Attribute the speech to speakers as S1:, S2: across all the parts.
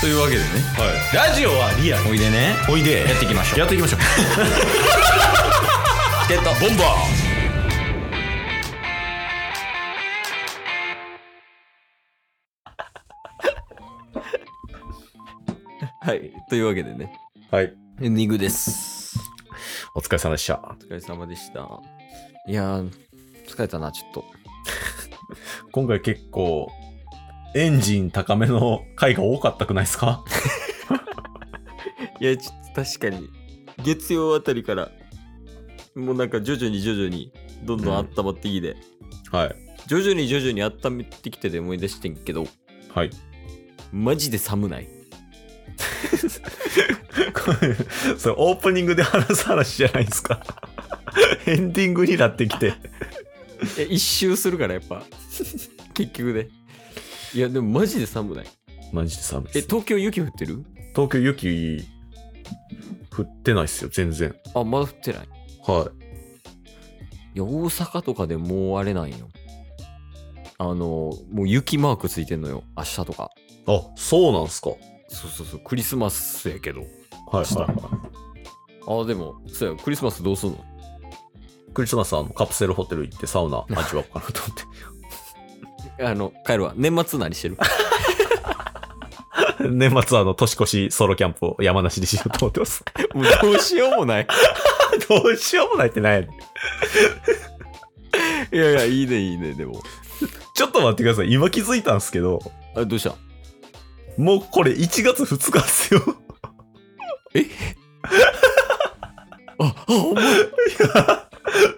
S1: というわけでね
S2: ラジオはリアル
S1: おいでね
S2: おいで
S1: やっていきましょう
S2: やっていきましょう
S1: チケットボンバー はいというわけでね
S2: はい
S1: エンディングです
S2: お疲れ様でした
S1: お疲れ様でしたいやー疲れたなちょっと
S2: 今回結構エンジン高めの回が多かったくないですか
S1: いや、ちょっと確かに、月曜あたりから、もうなんか徐々に徐々に、どんどん温まってきて、
S2: はい
S1: 徐々に徐々に温めてきてで思い出してんけど、
S2: はい
S1: マジで寒ない。
S2: これ それオープニングで話す話じゃないですかエンディングになってきて
S1: え、一周するからやっ ぱ、結局ね。いや、でもマジで寒ない。
S2: マジで寒い
S1: え、
S2: です
S1: 東京雪降ってる
S2: 東京雪降ってないっすよ全然
S1: あ、まだ降ってない。い
S2: は
S1: や、大阪とかでもうあれなんよ。あの、もう雪マークついてんのよ、明日とか。
S2: いあそうなんすか
S1: そうそうそう、クリスマスやけど。
S2: はいは
S1: あ、でも、そうや、クリスマスどうすんの
S2: いクリスマスはあのカプセルホテル行ってサウナ味わおうかなと思って
S1: あの、帰るわ。年末何してる
S2: 年末はあの年越しソロキャンプを山梨でしようと思ってます。
S1: もうどうしようもない。
S2: どうしようもないってない
S1: いやいや、いいね、いいね、でも。
S2: ちょっと待ってください。今気づいたんですけど、
S1: あ、どうした
S2: もうこれ1月2日っすよ。
S1: あ、あ、重い。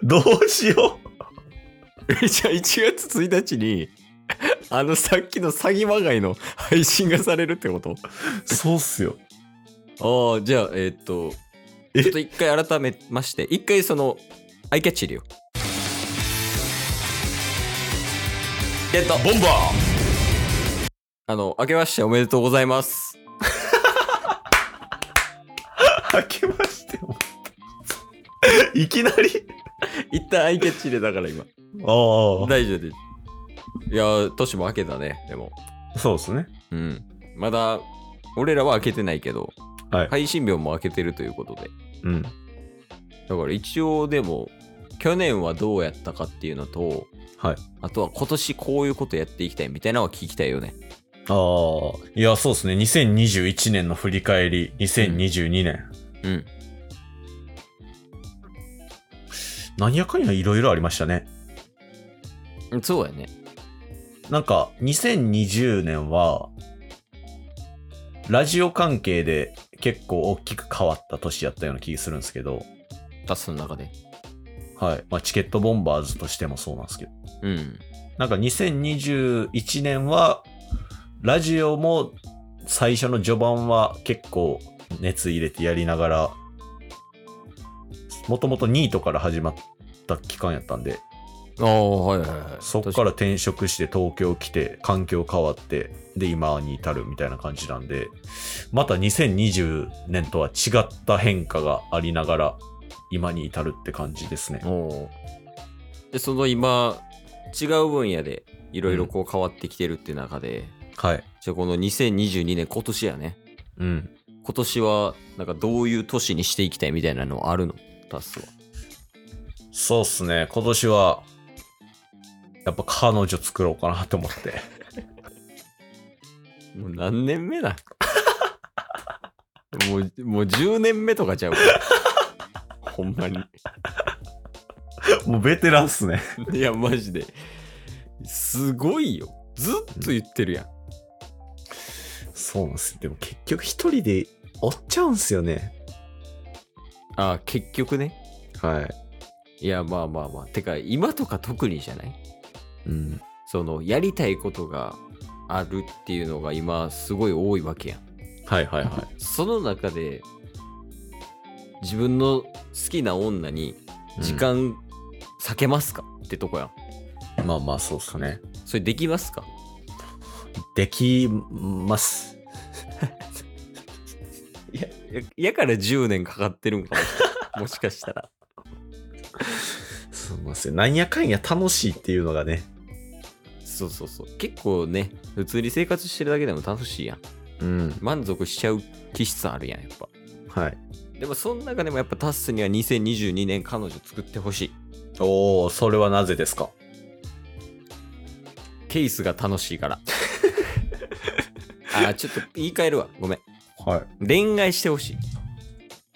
S2: どうしよ
S1: え じゃあ1月1日に、 あの、さっきの詐欺まがいの配信がされるってこと
S2: う。そうっすよ。
S1: ああ、じゃあ、えーっと、
S2: え
S1: ちょっと一回改めまして、一回その、アイキャッチ入れよう。えっと、
S2: ボンバ
S1: あの、明けましておめでとうございます。
S2: ー開けましても。 いきなり
S1: 一旦アイキャッチ入れたから今。
S2: あ
S1: 大丈夫です。いやー、年も明けたね、でも。
S2: あ、そうですね。
S1: うん。まだ、俺らは開けてないけど、
S2: はい
S1: 配信日も開けてるということで。
S2: うん。
S1: だから一応でも、去年はどうやったかっていうのと、
S2: はい。
S1: あとは今年こういうことやっていきたいみたいなのは聞きたいよね。
S2: ああ、いや、そうですね。2021年の振り返り、2022年。
S1: うん。
S2: 何やかんやいろいろありましたね。
S1: うんそうやね。
S2: なんか、2020年は、ラジオ関係で結構大きく変わった年やったような気がするんですけど、
S1: タスの中で。
S2: はい。まあ、チケットボンバーズとしてもそうなんですけど、
S1: うん。
S2: なんか2021年は、ラジオも最初の序盤は結構熱入れてやりながら、もともとニートから始まった期間やったんで、
S1: ああ、はいはいはい。
S2: そっから転職して東京来て環境変わってで今に至るみたいな感じなんでまた2020年とは違った変化がありながら今に至るって感じですね
S1: おおー。で、その今、違う分野でいろいろこう変わってきてるって中で、
S2: はい
S1: じゃあこの2022年今年やね。
S2: うん
S1: 今年はなんかどういう年にしていきたいみたいなのあるのタスは。
S2: そうっすね今年はやっぱ彼女作ろうかなと思って
S1: もう何年目だもう、もう10年目とかち ゃうか。ほんまに。
S2: もうベテランっすね
S1: いや、マジで。すごいよ。ずっと言ってるやん。
S2: そうなんですでも結局一人でおっちゃうんすよね
S1: ああ、結局ね。
S2: はい
S1: いや、まあまあまあ。てか、今とか特にじゃない
S2: うん
S1: その、やりたいことがあるっていうのが今、すごい多いわけやん。
S2: はいはいは
S1: その中で、自分の好きな女に
S2: い
S1: 時間避けますか、ってとこやん。
S2: うんまあまあそうっすね
S1: それできますか
S2: できます。
S1: いや、ややから10年かかってるんかもしれない。もしかしたら。
S2: すみません。なんやかんや楽しいっていうのがね。
S1: そうそうそう。結構ね、普通に生活してるだけでも楽しいやん。
S2: うん。
S1: 満足しちゃう気質あるやん、やっぱ。
S2: はい。
S1: でも、その中でもやっぱタッスには2022年彼女作ってほしい。
S2: おお、それはなぜですか
S1: ケースが楽しい から。あ、ちょっと言い換えるわ。ごめん。
S2: はい。
S1: 恋愛してほしい。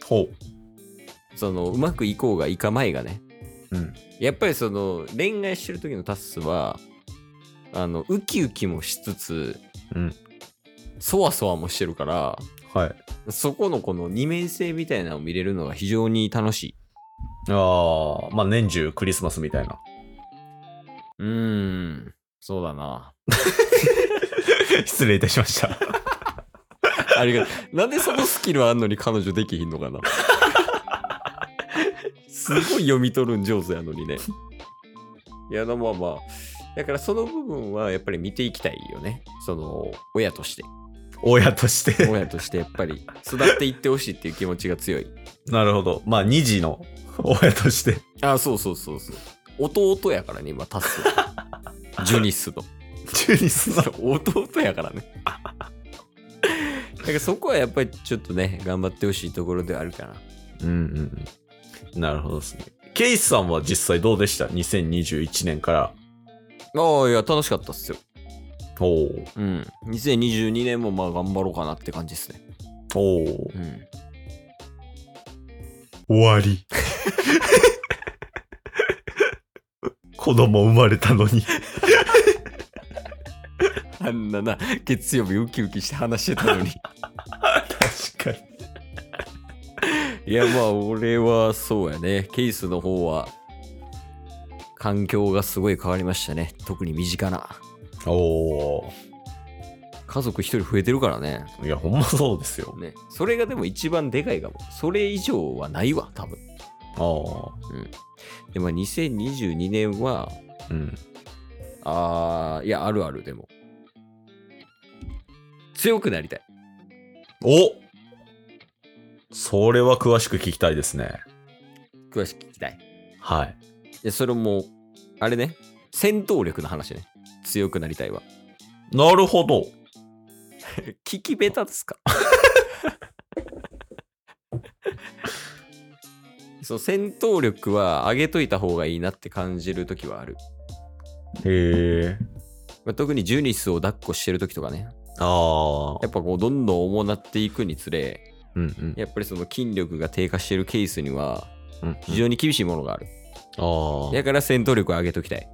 S2: ほ
S1: その、うまくいこうがいかまいがね。
S2: う。うん。
S1: やっぱりその、恋愛してる時のタッスは、あの、ウキウキもしつつ、
S2: うん。
S1: そわそわもしてるから、
S2: はい。
S1: そこのこの二面性みたいなのを見れるのが非常に楽しい。
S2: ああ、まあ年中クリスマスみたいな。
S1: うーん、そうだな。
S2: 失礼いたしました。
S1: ありがとう。なんでそのスキルあんのに彼女できひんの かなすごい読み取るん上手やのにね。いや、でもまあまあ。だからその部分はやっぱり見ていきたいよね。その、親として。
S2: 親と して。
S1: 親としてやっぱり育っていってほしいっていう気持ちが強い。
S2: なるほど。まあ2児の 親として。
S1: あ、そうそうそうそう。弟やからね、今、タス はジュニスの。
S2: 中にすな。
S1: 弟やから ね。だからそこはやっぱりちょっとね、頑張ってほしいところではあるかな。
S2: うんうんうん。なるほどですね。ケイスさんは実際どうでした ?2021 年から。
S1: ああ、いや、楽しかったっすよ。
S2: おお。
S1: うん。2022年もまあ頑張ろうかなって感じですね。
S2: おお。
S1: うん。
S2: 終わ り。子供生まれたのに。
S1: あんなな、月曜日ウキウキして話して たのに。
S2: 確かに。
S1: いや、まあ、俺はそうやね。ケースの方は、環境がすごい変わりましたね。特に身近な。
S2: おお。
S1: 家族一人増えてるからね。
S2: いや、ほんまそうですよ。
S1: ね。それがでも一番でかいかも。それ以上はないわ、多分。
S2: あ
S1: でも2022年は、
S2: あ。うん。
S1: あー、いや、あるある、でも。強くなりたい。
S2: おそれは詳しく聞きたいですね。
S1: 詳しく聞きたい。
S2: はい。
S1: で、それも、あれね、戦闘力の話ね。強くなりたいは。
S2: なるほど。
S1: 聞きベタですか そう、戦闘力は上げといた方がいいなって感じるときはある。
S2: へえ。
S1: まあ特にジュニスを抱っこしてるときとかね。
S2: ああ
S1: や。っぱこう、どんどん重なっていくにつれ、
S2: うんうん。
S1: やっぱりその筋力が低下してるケースには、
S2: うん
S1: 非常に厳しいものがある。
S2: あ
S1: だから戦闘力を上げときたい。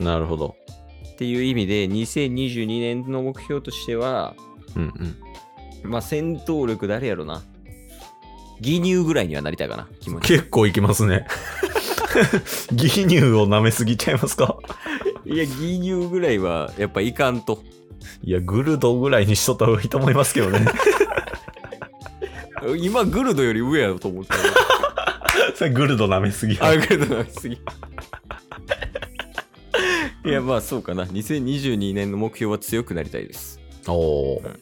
S2: あ。なるほど。
S1: っていう意味で、2022年の目標としては、
S2: うんうん。
S1: まあ戦闘力誰やろな。ギニューぐらいにはなりたいかな、気持ち。
S2: 結構いきますね。 牛乳を舐めすぎちゃいますか
S1: いや、ギニューぐらいはやっぱいかんと。
S2: いや、グルドぐらいにしとった方がいいと思いますけどね。
S1: 今、グルドより上やと思 った。
S2: それグルド舐めすぎや。
S1: あ、グルドなりすぎ。いや、まあそうかな。2022年の目標は強くなりたいです。
S2: おー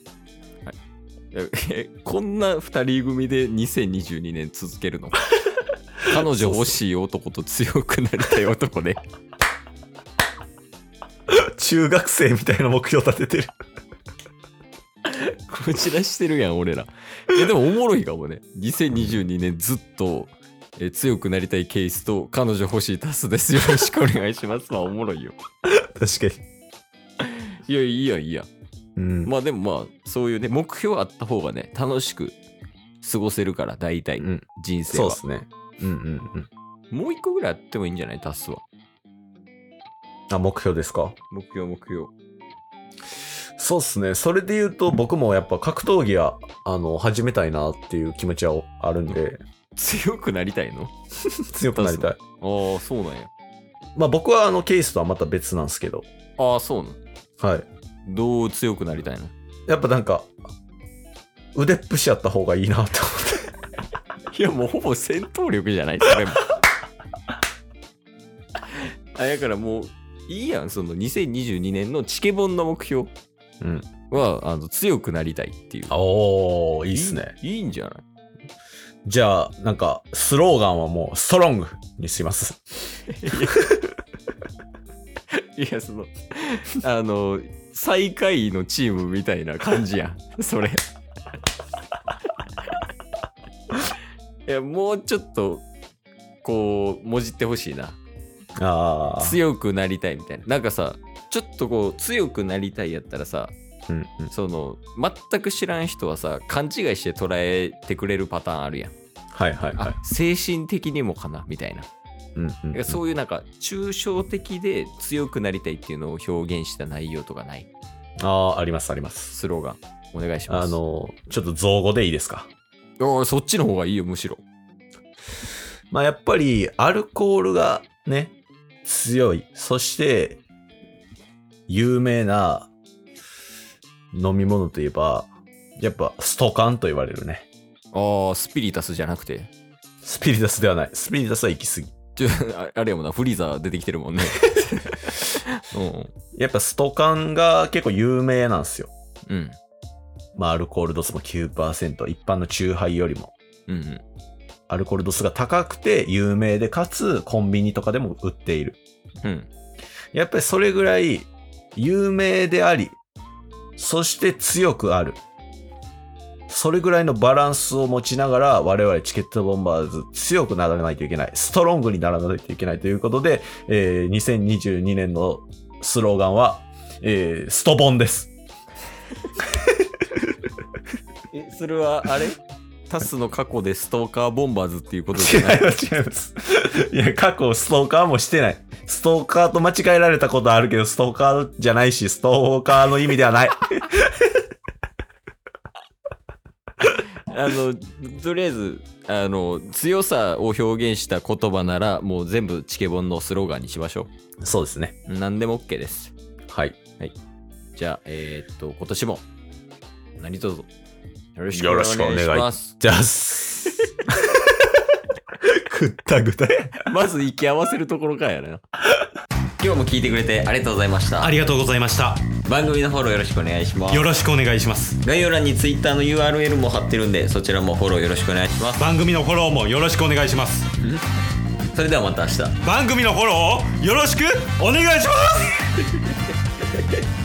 S1: いやえ こんな二人組で2022年続けるの 彼女欲しい男と強くなりたい男 で。
S2: 中学生みたいな目標立ててる。
S1: こちらしてるやん、俺ら。いや、でもおもろいかもね。2022年ずっと、えー強くなりたいケースと、彼女欲しいタスです。よろしくお願いします。はおもろいよ。
S2: 確か に。
S1: いや、いいや、いいや。
S2: うん。
S1: まあでもまあ、そういうね、目標あった方がね、楽しく過ごせるから、大体、
S2: うん
S1: 人生
S2: そう
S1: は
S2: で。すね。うんうんうん。
S1: もう一個ぐらいあってもいいんじゃないタスは。
S2: あ、目標ですか
S1: 目標、目標。
S2: そうっすね。それで言うと、僕もやっぱ格闘技は、あの、始めたいなっていう気持ちはあるんで、
S1: 強くなりたいの
S2: 強くなりたい。
S1: ああ、そうなんや。
S2: まあ僕はあのケースとはまた別なんですけど、
S1: ああ、そうなん。
S2: はい。
S1: どう強くなりたいの
S2: やっぱなんか、腕っぷしあった方がいいなと思っ
S1: い
S2: て。
S1: や、もうほぼ戦闘力じゃないそれも。 あ、だからもう、いいやん、その2022年のチケボンの目標
S2: うん。
S1: は、あの、強くなりたいっていう。
S2: おー、い
S1: い
S2: いっすね。
S1: い。いいんじゃない
S2: じゃあ、なんか、スローガンはもう、ストロングにします。
S1: いや、その、 あの、最下位のチームみたいな感じやん。 それ。いや、もうちょっと、こう、もじってほしいな。
S2: ああ。
S1: 強くなりたいみたいな。なんかさ、ちょっとこう、強くなりたいやったらさ、
S2: うんうん
S1: その、全く知らん人はさ、勘違いして捉えてくれるパターンあるやん。
S2: はいはいはい
S1: あ。、精神的にもかなみたいな。
S2: うんうんう
S1: だ
S2: ん
S1: からそういうなんか抽象的で強くなりたいっていうのを表現した内容とかない
S2: ああー、ありますあります。
S1: スローガンお願いします
S2: あの、ちょっと造語でいいですか。
S1: あそっちの方がいいよむしろ
S2: まあやっぱりアルコールがね、強い。そして、有名な飲み物といえば、やっぱストカンと言われるね。
S1: ああスピリタスじゃなくて
S2: スピリタスではない。スピリタスは行き過ぎ。
S1: ちょああれやもんなフリーザー出てきてるもん ね
S2: やっぱストカンが結構有名なんですよ。
S1: うんうん
S2: まあアルコール度数も9%、一般の中杯よりも。
S1: うんうん
S2: アルコール度数が高くて有名で、かつコンビニとかでも売っている。
S1: うん
S2: やっぱりそれぐらい有名であり、そして強くある。それぐらいのバランスを持ちながら我々チケットボンバーズ強くならないといけない。ストロングにならないといけないということで、えー2022年のスローガンは、えーストボンです。
S1: えそれは あれタスの過去でストーカーボンバーズっていうこと
S2: 違
S1: じゃ
S2: い
S1: ない
S2: ます、違います。 いや、過去ストーカーもしてない。ストーカーと間違えられたことあるけど、ストーカーじゃないし、ストーカーの意味ではない。
S1: あのとりあえずあの強さを表現した言葉ならもう全部チケボンのスローガンにしましょ
S2: そうですね。
S1: う何でも OK です
S2: はい。
S1: じゃあ、えーっと、今年も、何卒よろしく
S2: よ
S1: お願
S2: ろ
S1: い
S2: し
S1: し
S2: くお願い
S1: ます。
S2: じゃあす。くったぐた
S1: まず息合わせるところからやな。 今日も聞いてくれてありがとうございました。
S3: ありがとうございました。
S1: 番組のフォローよろしくお願いします
S3: よ。ろしくお願いします。
S1: 概要欄に Twitter の URL も貼ってるんで、そちらもフォローよろしくお願いします。
S3: 番組のフォローもよろしくお願いします。
S1: それではまた明日。
S3: 番組のフォローをよろしくお願いします